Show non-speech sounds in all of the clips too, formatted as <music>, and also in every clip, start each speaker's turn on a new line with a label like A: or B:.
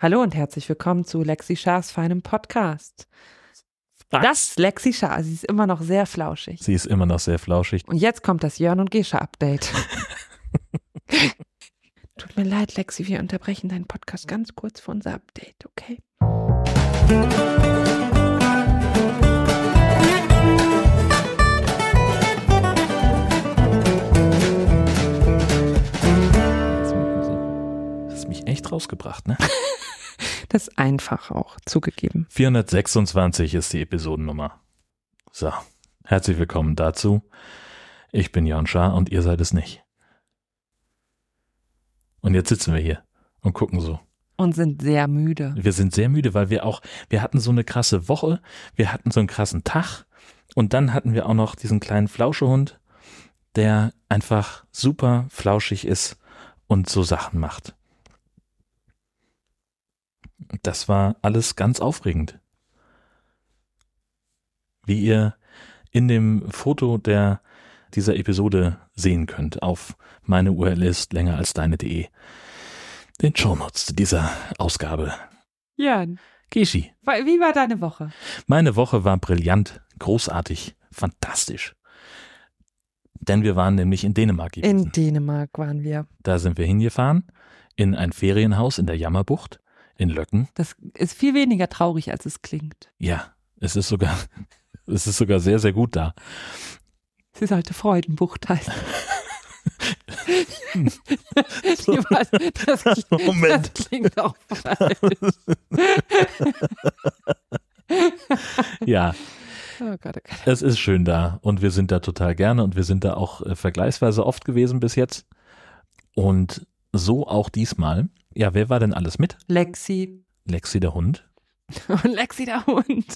A: Hallo und herzlich willkommen zu Lexi Schars feinem Podcast. Das Lexi Schar, sie ist immer noch sehr flauschig.
B: Sie ist immer noch sehr flauschig.
A: Und jetzt kommt das Jörn und Gesche <laughs> Update. Tut mir leid, Lexi, wir unterbrechen deinen Podcast ganz kurz für unser Update, okay?
B: Das hat mich echt rausgebracht, ne?
A: Das ist einfach auch zugegeben.
B: 426 ist die Episodennummer. So, herzlich willkommen dazu. Ich bin Jan Schaar und ihr seid es nicht. Und jetzt sitzen wir hier und gucken so.
A: Und sind sehr müde.
B: Wir sind sehr müde, weil wir auch, wir hatten so eine krasse Woche, wir hatten so einen krassen Tag und dann hatten wir auch noch diesen kleinen Flauschehund, der einfach super flauschig ist und so Sachen macht. Das war alles ganz aufregend. Wie ihr in dem Foto der dieser Episode sehen könnt auf meine URL ist länger als deine.de. Den Shownotes dieser Ausgabe.
A: Jörn,
B: Kishi,
A: wa- wie war deine Woche?
B: meine Woche war brillant, großartig, fantastisch. Denn wir waren nämlich in Dänemark gewesen.
A: In Dänemark waren wir.
B: da sind wir hingefahren, in ein Ferienhaus in der Jammerbucht, in Löcken.
A: Das ist viel weniger traurig, als es klingt.
B: Ja, es ist sogar, <laughs> es ist sogar sehr, sehr gut da.
A: Sie sollte Freudenbucht heißen. <laughs>
B: So.
A: Ich weiß,
B: <laughs>
A: das, klingt,
B: Hm. Moment.
A: das klingt auch falsch.
B: Ja,
A: Oh Gott, oh Gott.
B: Es ist schön da und wir sind da total gerne und wir sind da auch äh, vergleichsweise oft gewesen bis jetzt. Und so auch diesmal. Ja, wer war denn alles mit?
A: Lexi <laughs>
B: Lexi der Hund,
A: und Lexi der Hund.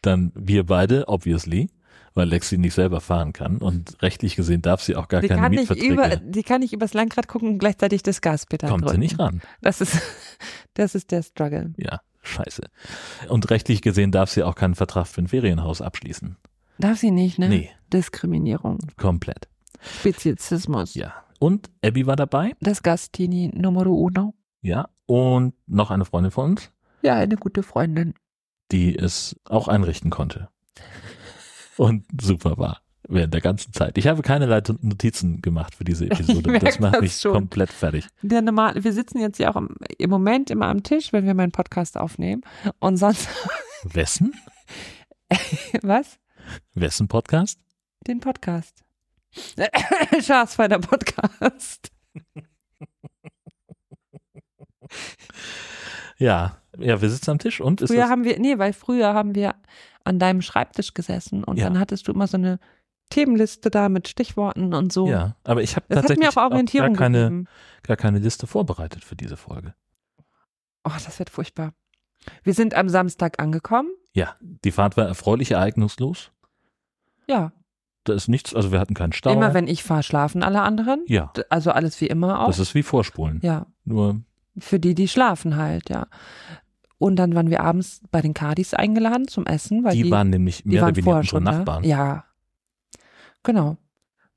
B: dann wir beide, obviously, weil Lexi nicht selber fahren kann und rechtlich gesehen darf sie auch gar
A: Die
B: keine
A: kann, nicht
B: Mietverträge.
A: über, die kann nicht übers Lenkrad gucken und gleichzeitig das Gaspedal
B: Kommt sie
A: drücken.
B: nicht ran.
A: Das ist, <laughs> das ist der Struggle.
B: Ja, scheiße. Und rechtlich gesehen darf sie auch keinen Vertrag für ein Ferienhaus abschließen.
A: Darf sie nicht, ne?
B: Nee,
A: Diskriminierung,
B: komplett.
A: Speziesismus.
B: Ja. Und Abby war dabei,
A: Das Gastini numero uno.
B: ja, und noch eine Freundin von uns.
A: Ja, eine gute Freundin.
B: die es auch einrichten konnte. Und super war während der ganzen Zeit. Ich habe keinerlei Notizen gemacht
A: <laughs>
B: für diese Episode.
A: merke
B: Das macht
A: das
B: mich
A: schon.
B: komplett fertig.
A: Ja, normal, wir sitzen jetzt ja auch im, im Moment immer am Tisch, wenn wir meinen Podcast aufnehmen. Und sonst,
B: Wessen?
A: was?
B: Wessen Podcast?
A: Den Podcast. <coughs> Schafsfeiner Podcast.
B: Ja, ja, wir sitzen am Tisch und ist
A: Früher
B: das,
A: haben wir, nee, weil früher haben wir an deinem Schreibtisch gesessen und
B: Ja.
A: dann hattest du immer so eine Themenliste da mit Stichworten und so.
B: ja, aber ich habe
A: Das hat
B: tatsächlich
A: mir auch Orientierung
B: gar keine
A: gegeben.
B: gar keine Liste vorbereitet für diese Folge.
A: Oh, das wird furchtbar. Wir sind am Samstag angekommen.
B: Ja, die Fahrt war erfreulich ereignislos.
A: Ja,
B: Da ist nichts, also wir hatten keinen Stau.
A: immer wenn ich fahre, schlafen alle anderen.
B: ja,
A: D- Also alles wie immer auch.
B: das ist wie Vorspulen.
A: ja,
B: Nur
A: für die, die schlafen halt, ja. Und dann waren wir abends bei den Cardis eingeladen zum Essen, weil die,
B: die, waren nämlich
A: die
B: mehr
A: waren
B: oder weniger
A: vorher
B: unsere
A: schon da.
B: Nachbarn.
A: Ja, genau.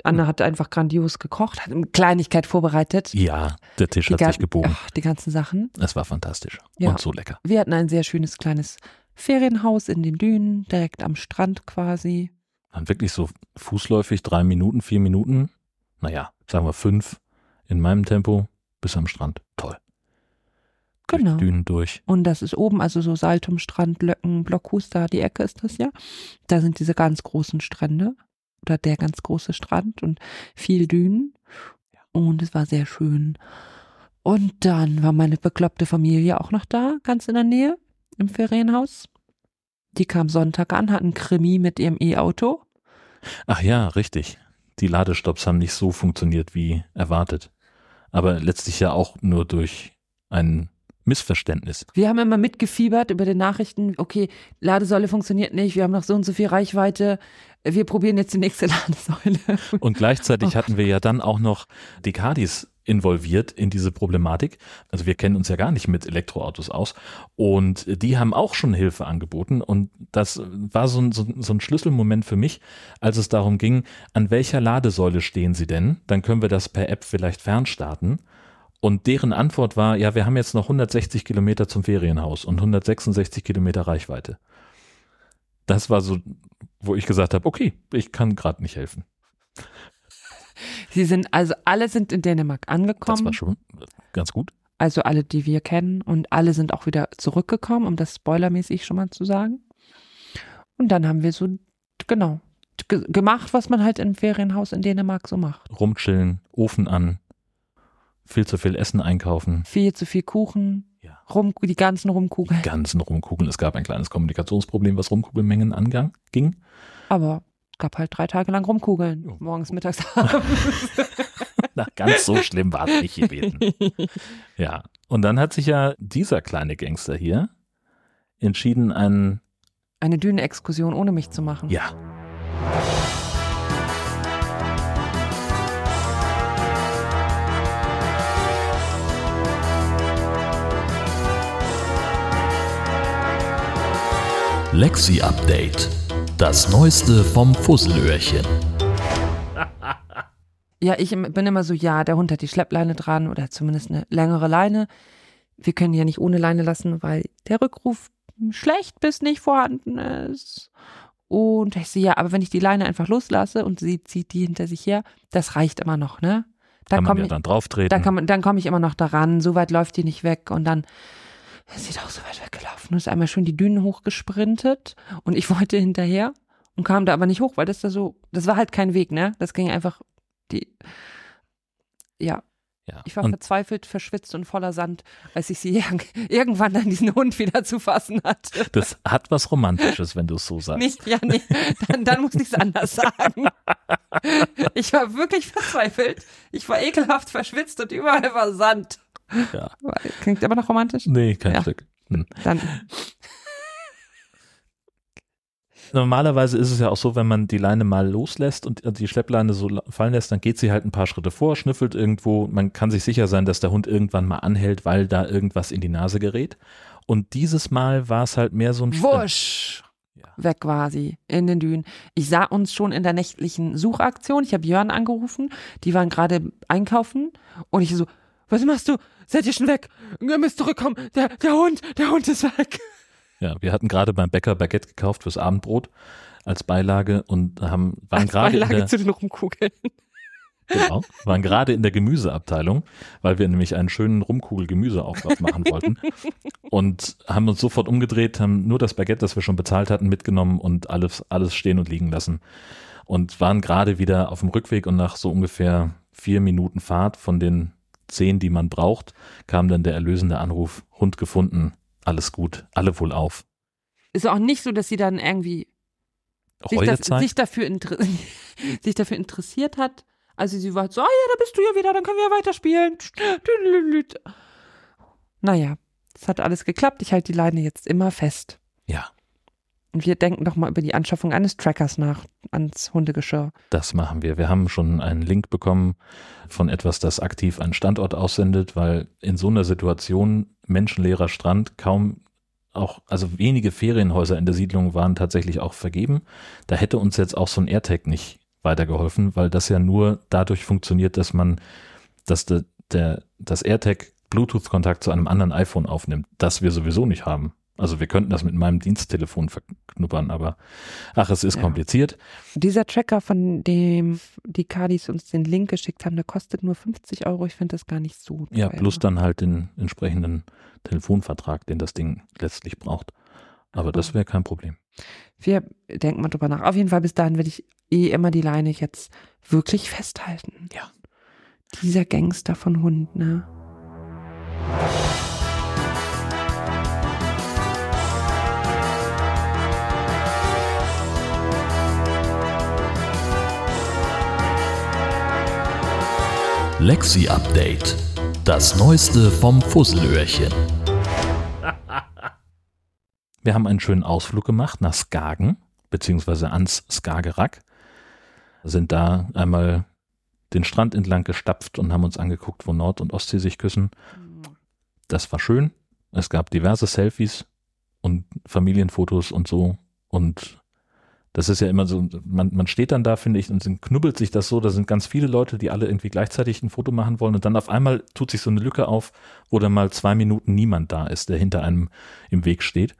A: Anna
B: Hm.
A: hat einfach grandios gekocht, hat eine Kleinigkeit vorbereitet.
B: ja, der Tisch hat
A: gan-
B: sich gebogen.
A: Ach, die ganzen Sachen.
B: Es war fantastisch
A: Ja.
B: und so lecker.
A: Wir hatten ein sehr schönes kleines Ferienhaus in den Dünen, direkt am Strand quasi.
B: Dann wirklich so fußläufig drei Minuten, vier Minuten, naja, sagen wir fünf in meinem Tempo bis am Strand. Toll.
A: Genau.
B: Durch die Dünen durch.
A: Und das ist oben, also so Saltum, Strand, Löcken, Blockhus, da die Ecke ist das ja. Da sind diese ganz großen Strände oder der ganz große Strand und viel Dünen. Und es war sehr schön. Und dann war meine bekloppte Familie auch noch da, ganz in der Nähe, im Ferienhaus. Die kam Sonntag an, hatten Krimi mit ihrem E-Auto.
B: Ach ja, richtig. Die Ladestopps haben nicht so funktioniert wie erwartet. Aber letztlich ja auch nur durch ein Missverständnis.
A: Wir haben immer mitgefiebert über den Nachrichten, okay, Ladesäule funktioniert nicht, wir haben noch so und so viel Reichweite, wir probieren jetzt die nächste <laughs> Ladesäule.
B: Und gleichzeitig hatten wir ja dann auch noch die Cardis involviert in diese Problematik. Also wir kennen uns ja gar nicht mit Elektroautos aus. Und die haben auch schon Hilfe angeboten. Und das war so ein, so, ein- so ein Schlüsselmoment für mich, als es darum ging, an welcher Ladesäule stehen sie denn? Dann können wir das per App vielleicht fernstarten. Und deren Antwort war, ja, wir haben jetzt noch 160 Kilometer zum Ferienhaus und 166 Kilometer Reichweite. Das war so, wo ich gesagt habe, okay, ich kann gerade nicht helfen.
A: Sie sind also alle sind in Dänemark angekommen.
B: Das war schon ganz gut.
A: Also alle, die wir kennen und alle sind auch wieder zurückgekommen, um das spoilermäßig schon mal zu sagen. Und dann haben wir so, genau, ge gemacht, was man halt im Ferienhaus in Dänemark so macht.
B: Rumchillen, Ofen an, viel zu viel Essen einkaufen.
A: Viel zu viel Kuchen,
B: Ja.
A: rum, die ganzen <laughs> Rumkugeln.
B: Ganzen rumkugeln. Es gab ein kleines Kommunikationsproblem, was Rumkugelmengen angang, ging.
A: Aber es gab halt drei Tage lang Rumkugeln.
B: Ja.
A: Morgens, mittags, <laughs> abends.
B: Na, ganz so schlimm war es nicht gewesen. Ja. Und dann hat sich ja dieser kleine Gangster hier entschieden, einen,
A: Eine Dünenexkursion ohne mich zu machen.
B: ja,
C: Lexi Update. Das Neueste vom Fusselöhrchen.
A: Ja, ich im- bin immer so, ja, der Hund hat die Schleppleine dran oder zumindest eine längere Leine. Wir können ihn ja nicht ohne Leine lassen, weil der Rückruf schlecht bis nicht vorhanden ist. Und ich sehe, ja, aber wenn ich die Leine einfach loslasse und sie zieht die hinter sich her, das reicht immer noch, ne? Da
B: kann man
A: komme
B: ja
A: ich,
B: dann drauftreten.
A: da kann man- dann komme ich immer noch daran. So weit läuft die nicht weg und dann ist sie doch so weit weggelaufen und ist einmal schön die Dünen hochgesprintet und ich <laughs> wollte hinterher und kam da aber nicht hoch, weil das da so, das war halt kein Weg, ne? Das ging einfach die, ja,
B: ja.
A: ich war
B: Und
A: verzweifelt, verschwitzt und voller Sand, als ich sie <laughs> irg- irgendwann dann diesen Hund wieder zu fassen hatte.
B: das hat was Romantisches, wenn du es so sagst.
A: Nicht, ja, <laughs> nee, dann, dann muss ich es anders sagen. Ich war wirklich verzweifelt. Ich war ekelhaft verschwitzt und überall war Sand.
B: Ja.
A: Klingt immer noch romantisch.
B: Nee, kein
A: Ja.
B: Stück. Hm.
A: Dann,
B: Normalerweise ist es ja auch so, wenn man die Leine mal loslässt und die Schleppleine so la- fallen lässt, dann geht sie halt ein paar Schritte vor, schnüffelt irgendwo. Man kann sich sicher sein, dass der Hund irgendwann mal anhält, weil da irgendwas in die Nase gerät. Und dieses Mal war es halt mehr so ein
A: wusch,
B: Ja.
A: weg war sie in den Dünen. Ich sah uns schon in der nächtlichen Suchaktion. Ich habe Björn angerufen, die waren gerade einkaufen und ich so, was machst du? Seid ihr schon weg? Ihr müsst zurückkommen. Der, der Hund, der Hund ist weg.
B: Ja, wir hatten gerade beim Bäcker Baguette gekauft fürs Abendbrot als Beilage und haben, waren
A: Als
B: gerade in
A: Beilage
B: der,
A: zu den Rumkugeln.
B: genau, waren gerade in der Gemüseabteilung, weil wir nämlich einen schönen Rumkugel-Gemüseauflauf machen wollten und haben uns sofort umgedreht, haben nur das Baguette, das wir schon bezahlt hatten, mitgenommen und alles, alles stehen und liegen lassen und waren gerade wieder auf dem Rückweg und nach so ungefähr vier Minuten Fahrt von den zehn, die man braucht, kam dann der erlösende Anruf, Hund gefunden, alles gut, alle wohl auf.
A: Ist auch nicht so, dass sie dann irgendwie sich,
B: Reue
A: das,
B: zeigt.
A: sich, dafür inter- <laughs> sich dafür interessiert hat. Also sie war so, ah ja, da bist du ja wieder, dann können wir ja weiterspielen. Tüdelülüt. Naja, es hat alles geklappt. Ich halte die Leine jetzt immer fest.
B: Ja.
A: Und wir denken doch mal über die Anschaffung eines Trackers nach, ans Hundegeschirr.
B: Das machen wir. Wir haben schon einen Link bekommen von etwas, das aktiv einen Standort aussendet, weil in so einer Situation menschenleerer Strand kaum auch, also wenige Ferienhäuser in der Siedlung waren tatsächlich auch vergeben. Da hätte uns jetzt auch so ein AirTag nicht weitergeholfen, weil das ja nur dadurch funktioniert, dass man, dass der, der, das AirTag Bluetooth-Kontakt zu einem anderen iPhone aufnimmt, das wir sowieso nicht haben. Also wir könnten das mit meinem Diensttelefon verknuppern, aber ach, es ist
A: Ja.
B: kompliziert.
A: Dieser Tracker, von dem die Kadis uns den Link geschickt haben, der kostet nur 50 Euro. Ich finde das gar nicht so
B: Ja,
A: teuer.
B: plus dann halt den entsprechenden Telefonvertrag, den das Ding letztlich braucht. Aber das wäre kein Problem.
A: Wir denken mal drüber nach. Auf jeden Fall bis dahin werde ich eh immer die Leine jetzt wirklich festhalten.
B: Ja.
A: Dieser Gangster von Hund, ne?
C: Lexi Update. Das Neueste vom Fusselöhrchen.
B: Wir haben einen schönen Ausflug gemacht nach Skagen, beziehungsweise ans Skagerack. Sind da einmal den Strand entlang gestapft und haben uns angeguckt, wo Nord- und Ostsee sich küssen. Das war schön. Es gab diverse Selfies und Familienfotos und so. Und Das ist ja immer so, man, man steht dann da, finde ich, und dann knubbelt sich das so. Da sind ganz viele Leute, die alle irgendwie gleichzeitig ein Foto machen wollen. Und dann auf einmal tut sich so eine Lücke auf, wo dann mal zwei Minuten niemand da ist, der hinter einem im Weg steht.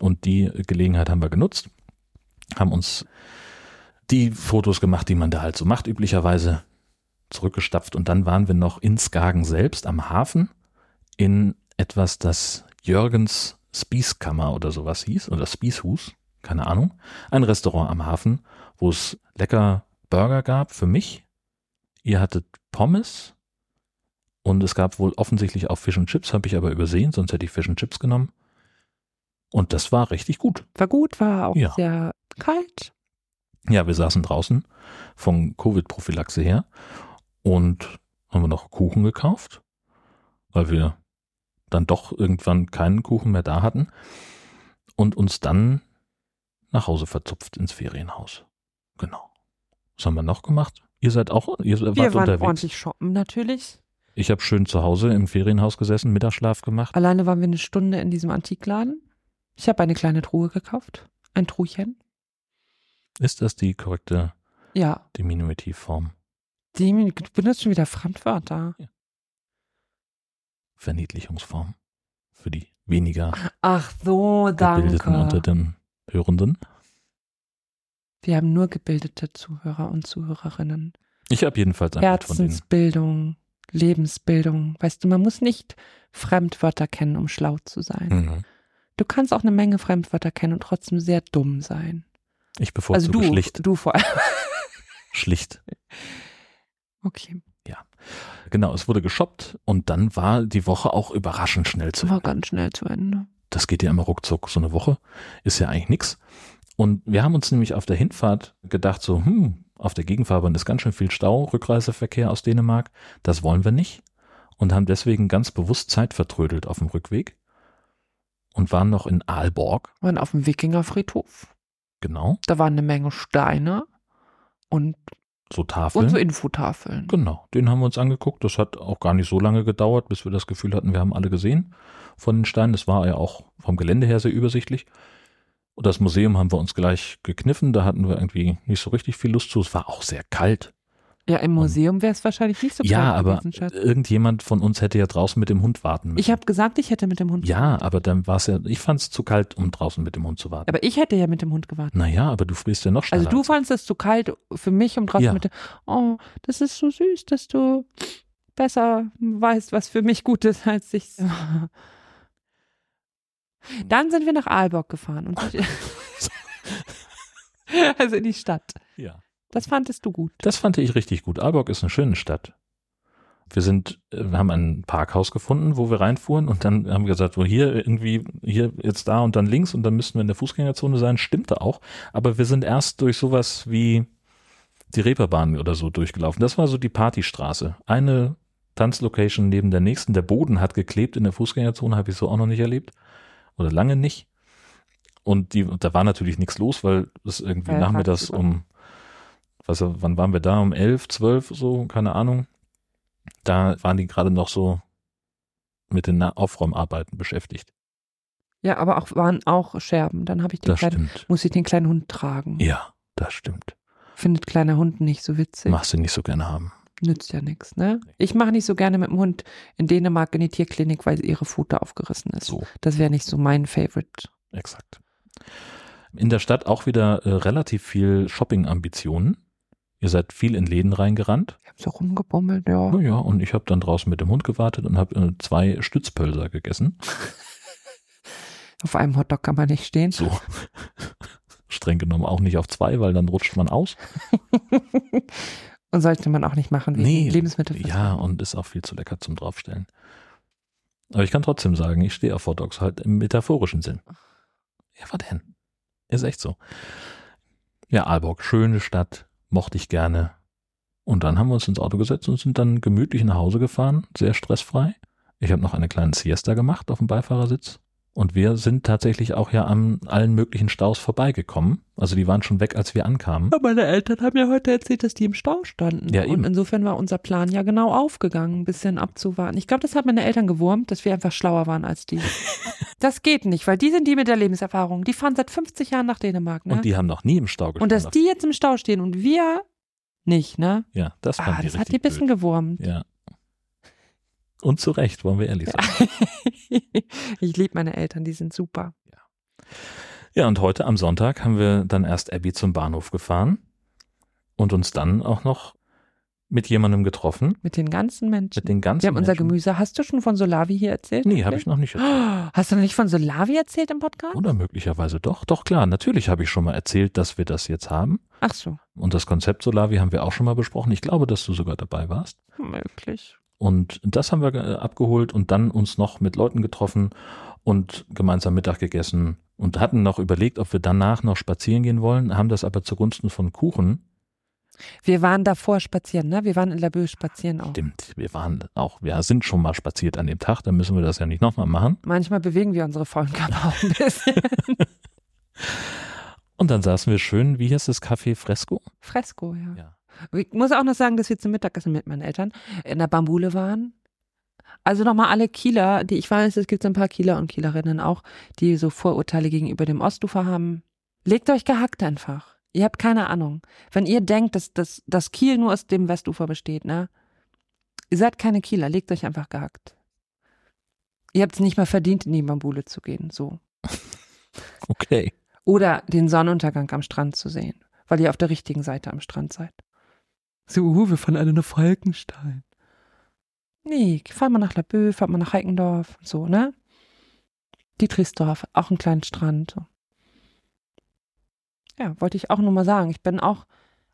B: Und die Gelegenheit haben wir genutzt, haben uns die Fotos gemacht, die man da halt so macht, üblicherweise zurückgestapft. Und dann waren wir noch in Skagen selbst am Hafen in etwas, das Jürgens Spießkammer oder sowas hieß, oder Spießhus, keine Ahnung. Ein Restaurant am Hafen, wo es lecker Burger gab für mich. Ihr hattet Pommes und es gab wohl offensichtlich auch Fish and Chips, habe ich aber übersehen, sonst hätte ich Fish and Chips genommen. Und das war richtig gut.
A: War gut, war auch
B: Ja.
A: sehr kalt.
B: Ja, wir saßen draußen von Covid-Prophylaxe her und haben wir noch Kuchen gekauft, weil wir dann doch irgendwann keinen Kuchen mehr da hatten und uns dann nach Hause verzupft ins Ferienhaus. Genau. Was haben wir noch gemacht? Ihr seid auch, ihr wart
A: Wir waren
B: unterwegs.
A: ordentlich shoppen natürlich.
B: Ich habe schön zu Hause im Ferienhaus gesessen, Mittagsschlaf gemacht.
A: Alleine waren wir eine Stunde in diesem Antikladen. Ich habe eine kleine Truhe gekauft. Ein Truhchen. Äh.
B: Ist das die korrekte
A: Ja.
B: Diminutivform?
A: Demi, du benutzt schon wieder Fremdwörter.
B: Verniedlichungsform? Für die weniger
A: Ach so,
B: Gebildeten
A: danke.
B: unter den Hörenden?
A: Wir haben nur gebildete Zuhörer und Zuhörerinnen.
B: Ich habe jedenfalls ein Bild von denen.
A: Herzensbildung, Lebensbildung. Weißt du, man muss nicht Fremdwörter kennen, um schlau zu sein.
B: Mhm.
A: Du kannst auch eine Menge Fremdwörter kennen und trotzdem sehr dumm sein.
B: Ich bevorzuge
A: also du,
B: schlicht,
A: du vor allem.
B: schlicht.
A: Okay,
B: Genau, es wurde geshoppt und dann war die Woche auch überraschend schnell zu
A: war
B: Ende.
A: ganz schnell zu Ende.
B: Das geht ja immer ruckzuck. So eine Woche ist ja eigentlich nix. Und wir haben uns nämlich auf der Hinfahrt gedacht, so, hm, auf der Gegenfahrbahn ist ganz schön viel Stau, Rückreiseverkehr aus Dänemark, das wollen wir nicht. Und haben deswegen ganz bewusst Zeit vertrödelt auf dem Rückweg und waren noch in Aalborg,
A: Wir waren auf dem Wikingerfriedhof.
B: genau,
A: Da waren eine Menge Steine und,
B: so Tafeln.
A: und so Infotafeln.
B: Genau, den haben wir uns angeguckt. Das hat auch gar nicht so lange gedauert, bis wir das Gefühl hatten, wir haben alle gesehen von den Steinen. Das war ja auch vom Gelände her sehr übersichtlich. Und das Museum haben wir uns gleich gekniffen. Da hatten wir irgendwie nicht so richtig viel Lust zu. Es war auch sehr kalt.
A: Ja, im Museum wäre es wahrscheinlich nicht so
B: ja,
A: kalt
B: aber äh,
A: gewesen, Schatz.
B: irgendjemand von uns hätte ja draußen mit dem Hund warten müssen.
A: Ich habe gesagt, ich hätte mit dem Hund.
B: ja, aber dann war es ja, ich fand es zu kalt, um draußen mit dem Hund zu warten.
A: Aber ich hätte ja mit dem Hund gewartet.
B: Naja, aber du frierst ja noch
A: Also
B: schneller.
A: du fandest es zu kalt für mich, um draußen
B: Ja.
A: mit dem, oh, das ist so süß, dass du besser weißt, was für mich gut ist, als ich.
B: Hm.
A: Dann sind wir nach Aalborg gefahren
B: <laughs>
A: und also in die Stadt.
B: ja.
A: Das fandest du gut.
B: Das fand ich richtig gut. Aalborg ist eine schöne Stadt. Wir sind, äh, wir haben ein Parkhaus gefunden, wo wir reinfuhren und dann haben wir gesagt, wo hier irgendwie, hier jetzt da und dann links und dann müssten wir in der Fußgängerzone sein. Stimmte auch. Aber wir sind erst durch sowas wie die Reeperbahn oder so durchgelaufen. Das war so die Partystraße. Eine Tanzlocation neben der nächsten. Der Boden hat geklebt in der Fußgängerzone, habe ich so auch noch nicht erlebt. Oder lange nicht. Und die, da war natürlich nichts los, weil es irgendwie
A: Ja,
B: nachmittags
A: tagsüber.
B: um, was, wann waren wir da? Um elf, zwölf, so, keine Ahnung. Da waren die gerade noch so mit den Na- Aufräumarbeiten beschäftigt.
A: Ja, aber auch waren auch Scherben. Dann habe ich den
B: Das
A: kleinen,
B: stimmt.
A: muss ich den kleinen Hund tragen.
B: Ja, das stimmt.
A: Findet kleiner Hund nicht so witzig.
B: Machst du nicht so gerne haben.
A: Nützt ja nichts, ne?
B: Nee.
A: Ich mache nicht so gerne mit dem Hund in Dänemark in die Tierklinik, weil ihre Pfote aufgerissen ist.
B: So.
A: Das wäre nicht so mein Favorite.
B: Exakt. In der Stadt auch wieder äh, relativ viel Shopping-Ambitionen. Ihr seid viel in Läden reingerannt.
A: Ich habe so rumgebummelt, ja.
B: Ja, ja, und ich habe dann draußen mit dem Hund gewartet und habe äh, zwei Stützpölser gegessen.
A: Auf einem Hotdog kann man nicht stehen.
B: So. <laughs> Streng genommen auch nicht auf zwei, weil dann rutscht man aus.
A: <laughs> Und sollte man auch nicht machen wegen
B: Nee,
A: Lebensmittel.
B: Ja, und ist auch viel zu lecker zum Draufstellen. Aber ich kann trotzdem sagen, ich stehe auf Hot Dogs halt im metaphorischen Sinn. Ja, was denn? Ist echt so. Ja, Aalborg, schöne Stadt, mochte ich gerne. Und dann haben wir uns ins Auto gesetzt und sind dann gemütlich nach Hause gefahren, sehr stressfrei. Ich habe noch eine kleine Siesta gemacht auf dem Beifahrersitz. Und wir sind tatsächlich auch ja an allen möglichen Staus vorbeigekommen. Also die waren schon weg, als wir ankamen.
A: Aber Meine Eltern haben ja heute erzählt, dass die im Stau standen.
B: Ja, eben.
A: Und insofern war unser Plan ja
B: <laughs>
A: genau aufgegangen, ein bisschen abzuwarten. Ich glaube, das hat meine Eltern gewurmt, dass wir einfach schlauer waren als die. Das geht nicht, weil die sind die mit der Lebenserfahrung. Die fahren seit 50 Jahren nach Dänemark, ne?
B: Und die haben noch nie im Stau gestanden.
A: Und dass die jetzt im Stau stehen und wir nicht, ne?
B: ja, das fand
A: Ah,
B: ich
A: das hat die ein
B: richtig
A: bisschen
B: blöd.
A: gewurmt.
B: Ja. Und zu Recht, wollen wir ehrlich sein.
A: <laughs> ich liebe meine Eltern, die sind super.
B: Ja, und heute am Sonntag haben wir dann erst Abby zum Bahnhof gefahren und uns dann auch noch mit jemandem getroffen,
A: Mit den ganzen Menschen.
B: mit den ganzen
A: wir haben unser
B: Menschen.
A: Gemüse. Hast du schon von Solavi hier erzählt?
B: Nee, habe ich noch nicht erzählt.
A: Oh, Hast du noch nicht von Solavi erzählt im Podcast?
B: Oder möglicherweise doch. Doch klar, natürlich habe ich schon mal erzählt, dass wir das jetzt haben.
A: Ach so,
B: Und das Konzept Solavi haben wir auch schon mal besprochen. Ich glaube, dass du sogar dabei warst.
A: möglich.
B: Und das haben wir äh, abgeholt und dann uns noch mit Leuten getroffen und gemeinsam Mittag gegessen und hatten noch überlegt, ob wir danach noch spazieren gehen wollen, haben das aber zugunsten von Kuchen.
A: Wir waren davor spazieren, ne? Wir waren in Labö spazieren auch.
B: Stimmt, wir waren auch, wir sind schon mal spaziert an dem Tag, dann müssen wir das ja nicht nochmal machen.
A: Manchmal bewegen wir unsere Frauenkörper auch ein bisschen.
B: Und dann saßen wir schön, wie hieß das Café Fresco? <laughs>
A: Fresco, ja.
B: Ja.
A: Ich muss auch noch sagen, dass wir zum Mittagessen mit meinen Eltern in der Bambule waren. Also nochmal alle Kieler, die ich weiß, es gibt so ein paar Kieler und Kielerinnen auch, die so Vorurteile gegenüber dem Ostufer haben. Legt euch gehackt einfach. Ihr habt keine Ahnung. Wenn ihr denkt, dass, dass, dass Kiel nur aus dem Westufer besteht, ne? Ihr seid keine Kieler, legt euch einfach gehackt. Ihr habt es nicht mal verdient, in die Bambule zu gehen, so.
B: Okay.
A: Oder den Sonnenuntergang am Strand zu sehen, weil ihr auf der richtigen Seite am Strand seid. So, uh, wir fahren alle nach Falkenstein. Nee, fahren wir nach Laboe, fahren wir nach Heikendorf, so, ne? Dietrichsdorf, auch einen kleinen Strand. So. Ja, wollte ich auch nur mal sagen. Ich bin auch,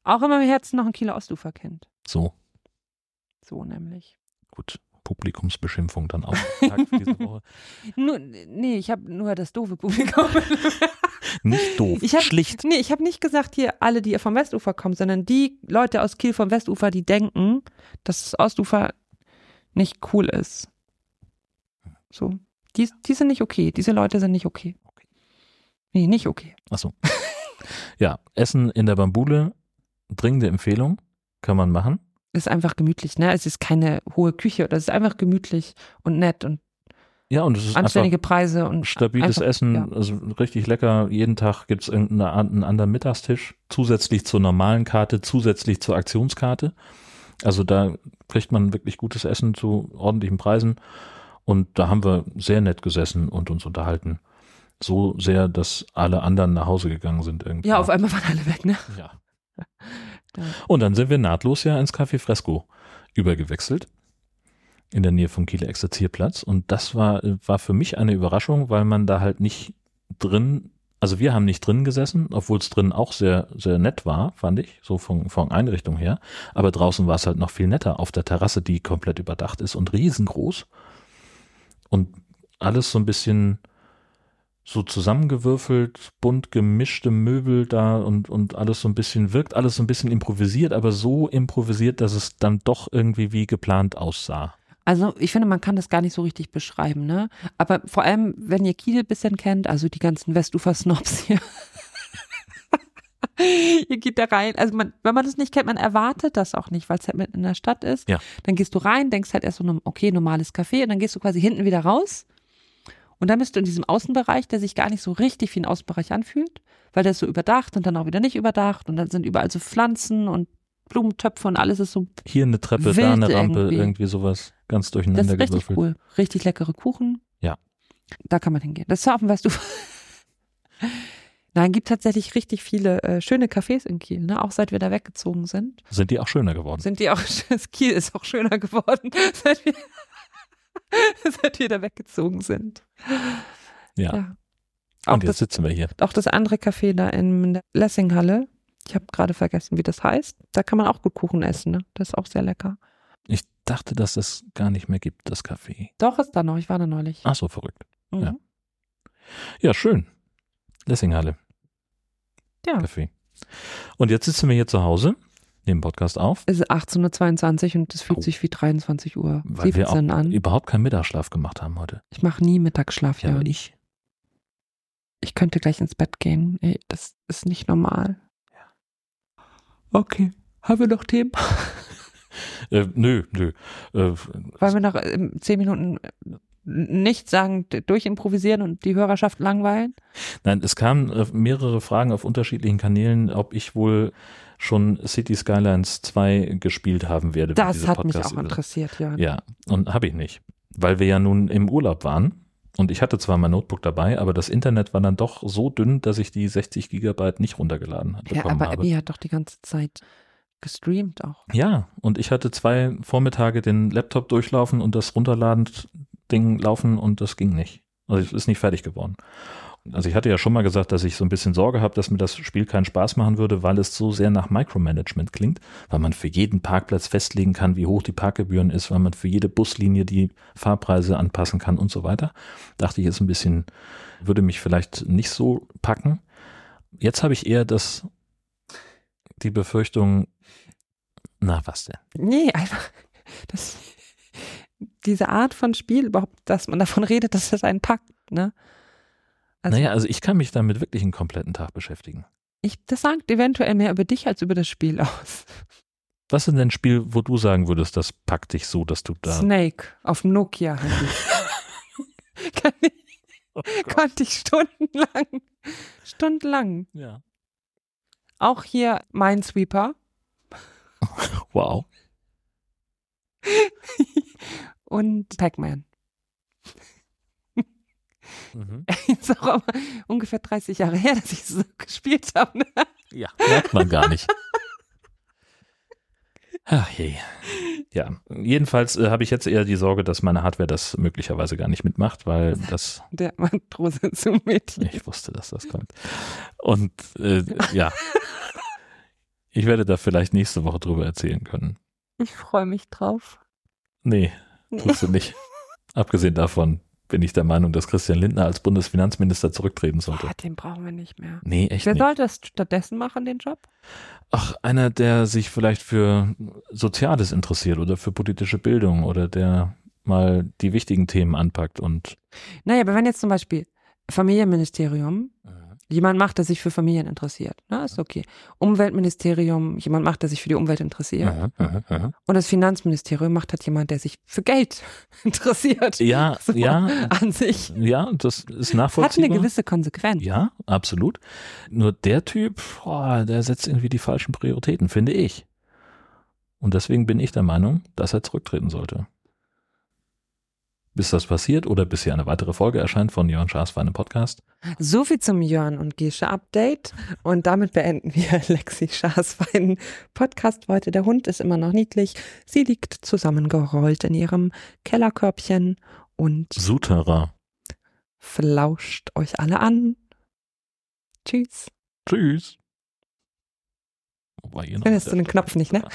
A: auch in meinem Herzen noch ein Kieler Ostuferkind.
B: So,
A: So nämlich.
B: gut. Publikumsbeschimpfung
A: <laughs>
B: dann auch am Tag für diese Woche.
A: Nur, nee, ich habe nur das doofe Publikum.
B: Nicht doof,
A: Ich hab-
B: schlicht.
A: Nee, ich habe nicht gesagt hier alle, die vom Westufer kommen, sondern die Leute aus Kiel vom Westufer, die denken, dass das Ostufer nicht cool ist. So. Die, die sind nicht okay. Diese Leute sind nicht okay. Nee, nicht okay.
B: Achso. ja, Essen in der Bambule, dringende Empfehlung, kann man machen.
A: Ist einfach gemütlich, ne? Es ist keine hohe Küche oder es ist einfach gemütlich und nett und
B: Ja, und es ist
A: anständige
B: einfach
A: Preise und
B: stabiles
A: einfach,
B: Essen,
A: ja.
B: also richtig lecker. Jeden Tag gibt es irgendeinen einen anderen Mittagstisch, zusätzlich zur normalen Karte, zusätzlich zur Aktionskarte. Also da kriegt man wirklich gutes Essen zu ordentlichen Preisen. Und da haben wir sehr nett gesessen und uns unterhalten. So sehr, dass alle anderen nach Hause gegangen sind irgendwie.
A: Ja, auf einmal waren alle weg, ne?
B: <laughs> Ja.
A: Ja.
B: Und dann sind wir nahtlos ja ins Café Fresco übergewechselt. In der Nähe vom Kieler Exerzierplatz. Und das war, äh, war für mich eine Überraschung, weil man da halt nicht drin, also wir haben nicht drin gesessen, obwohl es drin auch sehr, sehr nett war, fand ich, so von, von Einrichtung her. Aber draußen war es halt noch viel netter auf der Terrasse, die komplett überdacht ist und riesengroß. Und alles so ein bisschen so zusammengewürfelt, bunt gemischte Möbel da und, und alles so ein bisschen, wirkt alles so ein bisschen improvisiert, aber so improvisiert, dass es dann doch irgendwie wie geplant aussah.
A: Also ich finde, man kann das gar nicht so richtig beschreiben, ne? Aber vor allem, wenn ihr Kiel ein bisschen kennt, also die ganzen Westufer-Snobs hier. <laughs> ihr geht da rein, also man, wenn man das nicht kennt, man erwartet das auch nicht, weil es halt mitten in der Stadt ist.
B: Ja.
A: Dann gehst du rein, denkst halt erst so, okay, normales Café und dann gehst du quasi hinten wieder raus. Und dann bist du in diesem Außenbereich, der sich gar nicht so richtig wie ein Außenbereich anfühlt, weil der ist so überdacht und dann auch wieder nicht überdacht und dann sind überall so Pflanzen und Blumentöpfe und alles ist so
B: Hier eine Treppe,
A: Wild
B: da eine Rampe, irgendwie.
A: irgendwie.
B: sowas ganz
A: Das
B: durcheinander
A: ist richtig
B: Hm, gewürfelt.
A: cool. Richtig leckere Kuchen.
B: Ja.
A: Da kann man hingehen. Das Surfen, weißt du. <laughs> Nein, gibt tatsächlich richtig viele äh, schöne Cafés in Kiel, ne? Auch seit wir da weggezogen sind.
B: Sind die auch schöner geworden?
A: Sind die auch <laughs> das Kiel ist auch schöner geworden, <laughs> seit wir, seit wir da weggezogen sind.
B: Ja.
A: ja. Auch
B: Und jetzt
A: das,
B: sitzen wir hier.
A: auch das andere Café da in der Lessinghalle. Ich habe gerade vergessen, wie das heißt. Da kann man auch gut Kuchen essen, ne? Das ist auch sehr lecker.
B: Ich dachte, dass es gar nicht mehr gibt, das Café.
A: Doch ist da noch, ich war da neulich.
B: Ach so, verrückt.
A: Mhm.
B: Ah, ja. Ja, schön. Lessinghalle.
A: Ja.
B: Café. Und jetzt sitzen wir hier zu Hause, nehmen Podcast auf,
A: Es ist 18.22 Uhr und es fühlt
B: Oh.
A: sich wie 23 Uhr
B: Weil wir auch
A: 17 an.
B: überhaupt keinen Mittagsschlaf gemacht haben heute.
A: Ich mache nie Mittagsschlaf,
B: Ja,
A: ja.
B: aber
A: Ich. ich könnte gleich ins Bett gehen. Ey, das ist nicht normal. Okay. Haben wir noch Themen?
B: Äh, nö, Äh, nö. Äh,
A: Wollen wir noch ähm, 10 Minuten nicht sagen, durchimprovisieren und die Hörerschaft langweilen?
B: Nein, es kamen äh, mehrere Fragen auf unterschiedlichen Kanälen, ob ich wohl schon City Skylines 2 gespielt haben werde. wenn
A: Das
B: dieser
A: hat mich
B: Podcast
A: auch interessiert, ja.
B: Ja, und habe ich nicht, weil wir ja nun im Urlaub waren. Und ich hatte zwar mein Notebook dabei, aber das Internet war dann doch so dünn, dass ich die 60 Gigabyte nicht runtergeladen hat-
A: Ja,
B: bekommen
A: aber
B: habe.
A: Abby hat doch die ganze Zeit gestreamt auch.
B: Ja, und ich hatte zwei Vormittage den Laptop durchlaufen und das Runterladen-Ding laufen und das ging nicht. Also es ist nicht fertig geworden. Also ich hatte ja schon mal gesagt, dass ich so ein bisschen Sorge habe, dass mir das Spiel keinen Spaß machen würde, weil es so sehr nach Micromanagement klingt, weil man für jeden Parkplatz festlegen kann, wie hoch die Parkgebühren ist, weil man für jede Buslinie die Fahrpreise anpassen kann und so weiter. Dachte ich, ist ein bisschen, würde mich vielleicht nicht so packen. Jetzt habe ich eher das, die Befürchtung, na was denn?
A: Nee, einfach das, diese Art von Spiel überhaupt, dass man davon redet, dass das einen packt, ne? Also
B: naja, also ich kann mich damit wirklich einen kompletten Tag beschäftigen.
A: ich, das sagt eventuell mehr über dich als über das Spiel aus.
B: Was ist denn ein Spiel, wo du sagen würdest, das packt dich so, dass du da.
A: Snake auf dem Nokia Handy. Kann ich,
B: Oh
A: konnte ich stundenlang, stundenlang.
B: ja.
A: Auch hier Minesweeper
B: Wow.
A: und Pac-Man. <laughs>
B: Mhm.
A: Ist auch immer ungefähr 30 Jahre her, dass ich so gespielt habe. Ne?
B: Ja, merkt man gar nicht. Ach je. Ja, jedenfalls äh, habe ich jetzt eher die Sorge, dass meine Hardware das möglicherweise gar nicht mitmacht, weil das,
A: Der Matrose zum Mädchen.
B: ich wusste, dass das kommt. Und äh, ja, ich werde da vielleicht nächste Woche drüber erzählen können.
A: Ich freue mich drauf.
B: Nee, Tust
A: <laughs>
B: du nicht. Abgesehen davon bin ich der Meinung, dass Christian Lindner als Bundesfinanzminister zurücktreten sollte.
A: Boah, Ah, den brauchen wir nicht mehr.
B: Nee, echt
A: Wer
B: nicht.
A: sollte das stattdessen machen, den Job?
B: Ach, einer, der sich vielleicht für Soziales interessiert oder für politische Bildung oder der mal die wichtigen Themen anpackt und
A: Naja, aber wenn jetzt zum Beispiel Familienministerium jemand macht, der sich für Familien interessiert, ne, ist okay. Umweltministerium, jemand macht, der sich für die Umwelt interessiert.
B: Aha, aha, aha.
A: Und das Finanzministerium macht halt jemand, der sich für Geld <laughs> interessiert.
B: Ja,
A: <laughs> So,
B: ja,
A: An sich.
B: ja, das ist
A: Hat eine
B: nachvollziehbar.
A: gewisse Konsequenz.
B: ja, absolut. Nur der Typ, boah, der setzt irgendwie die falschen Prioritäten, finde ich. Und deswegen bin ich der Meinung, dass er zurücktreten sollte. Bis das passiert oder bis hier eine weitere Folge erscheint von Jörn Schaas für einen Podcast.
A: So viel zum Jörn und Gesche Update. Und damit beenden wir <laughs> Lexi Schaas feinen Podcast heute. Der Hund ist immer noch niedlich. Sie liegt zusammengerollt in ihrem Kellerkörbchen und
B: Suterer.
A: flauscht euch alle an. Tschüss.
B: Tschüss. Wobei, ihr noch-
A: Findest du den Knopf nicht, ne?